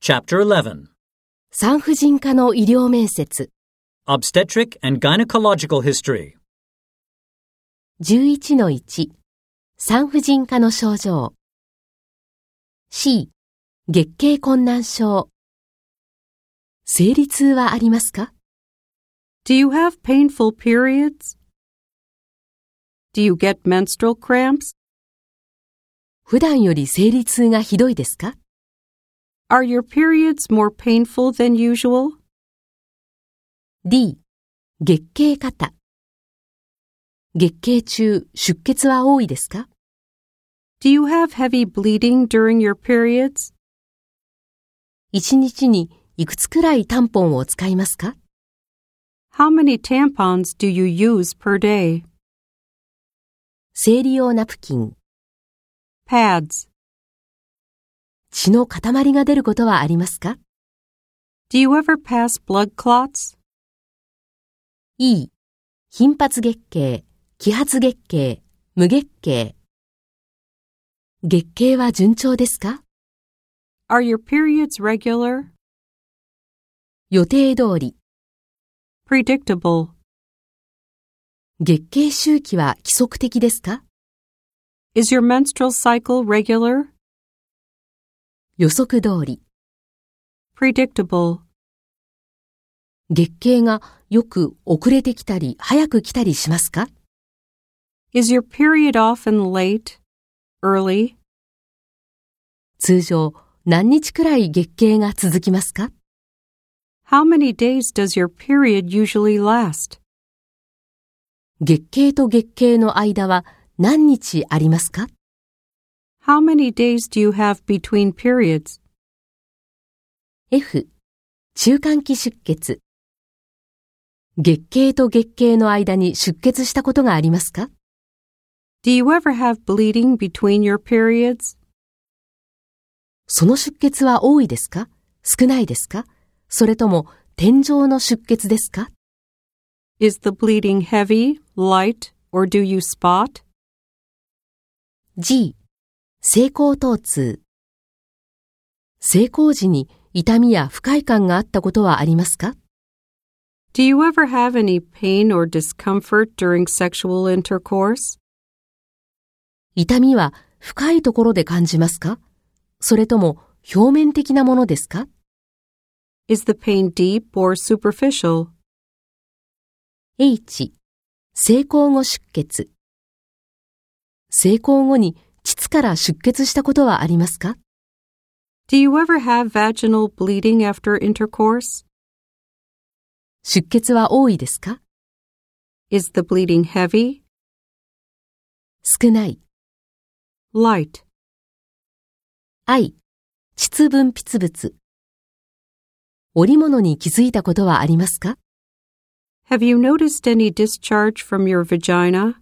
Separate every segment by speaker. Speaker 1: Chapter 11
Speaker 2: 産婦人科の医療面接
Speaker 1: Obstetric and Gynecological History.
Speaker 2: 11-1産婦人科の症状 C 月経困難症生理痛はありますか
Speaker 3: Do you have painful periods? Do you get menstrual cramps?
Speaker 2: 普段より生理痛がひどいですか
Speaker 3: Are your periods more painful than usual?
Speaker 2: D 月経過多月経中出血は多いですか
Speaker 3: Do you have heavy bleeding during your periods?
Speaker 2: 1日にいくつくらいタンポンを使いますか
Speaker 3: How many tampons do you use per day?
Speaker 2: 生理用ナプキン
Speaker 3: Pads.
Speaker 2: 血の塊が出ることはありますか
Speaker 3: Do you ever pass blood clots?
Speaker 2: E、頻発月経、揮発月経、無月経。月経は順調ですか
Speaker 3: Are your periods regular?
Speaker 2: 予定通り。
Speaker 3: Predictable.
Speaker 2: 月経周期は規則的ですか
Speaker 3: Is your menstrual cycle regular?
Speaker 2: 予測通り。
Speaker 3: Predictable.
Speaker 2: 月経がよく遅れてきたり早く来たりしますか
Speaker 3: Is your period often late? Early?
Speaker 2: 通常何日くらい月経が続きますか
Speaker 3: How many days does your period usually last?
Speaker 2: 月経と月経の間は何日ありますか
Speaker 3: How many days do you have between periods?
Speaker 2: F、中間期出血。月経と月経の間に出血したことがありますか
Speaker 3: Do you ever have bleeding between your periods?
Speaker 2: その出血は多いですか少ないですかそれとも天井の出血ですか
Speaker 3: Is the bleeding heavy, light, or do you spot?
Speaker 2: ?G、性交疼痛。性交時に痛みや不快感があったことはありますか
Speaker 3: Do you ever have any pain or discomfort during sexual intercourse?
Speaker 2: 痛みは深いところで感じますかそれとも表面的なものですか
Speaker 3: Is the pain deep or superficial?
Speaker 2: H、成功後出血。成功後に膣から出血したことはありますか
Speaker 3: Do you ever have vaginal bleeding after intercourse?
Speaker 2: 出血は多いですか
Speaker 3: Is the bleeding heavy,
Speaker 2: 少ない。
Speaker 3: light?
Speaker 2: I、膣分泌物。織物に気づいたことはありますか
Speaker 3: Have you noticed any discharge from your vagina?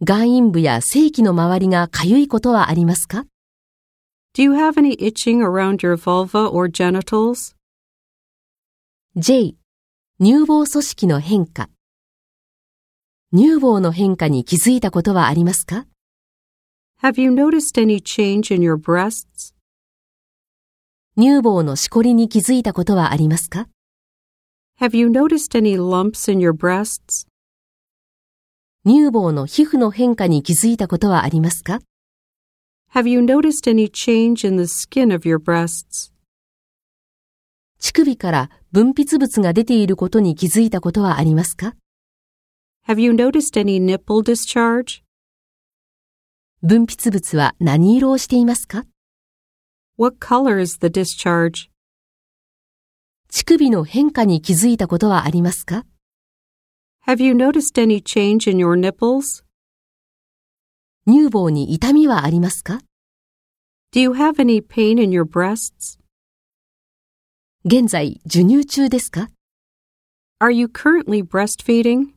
Speaker 2: 眼陰部や性器の周りが痒いことはありますか
Speaker 3: Do you have any itching around your vulva or genitals?
Speaker 2: J、乳房組織の変化。乳房の変化に気づいたことはありますか
Speaker 3: Have you noticed any change in your breasts?
Speaker 2: 乳房のしこりに気づいたことはありますか
Speaker 3: Have you noticed any lumps in your breasts?
Speaker 2: 乳房の皮膚の変化に気づいたことはありますか
Speaker 3: Have you noticed any change in the skin of your breasts?
Speaker 2: 乳首から分泌物が出ていることに気づいたことはありますか
Speaker 3: Have you noticed any nipple discharge?
Speaker 2: 分泌物は何色をしていますか
Speaker 3: What color is the discharge?
Speaker 2: 乳首の変化に気づいたことはありますか
Speaker 3: Have you noticed any change in your nipples?
Speaker 2: 乳房に痛みはありますか
Speaker 3: Do you have any pain in your breasts?
Speaker 2: 現在授乳中ですか
Speaker 3: Are you currently breastfeeding?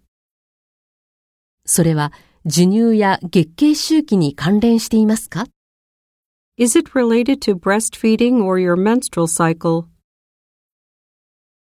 Speaker 2: それは授乳や月経周期に関連していますか
Speaker 3: Is it related to breastfeeding or your menstrual cycle?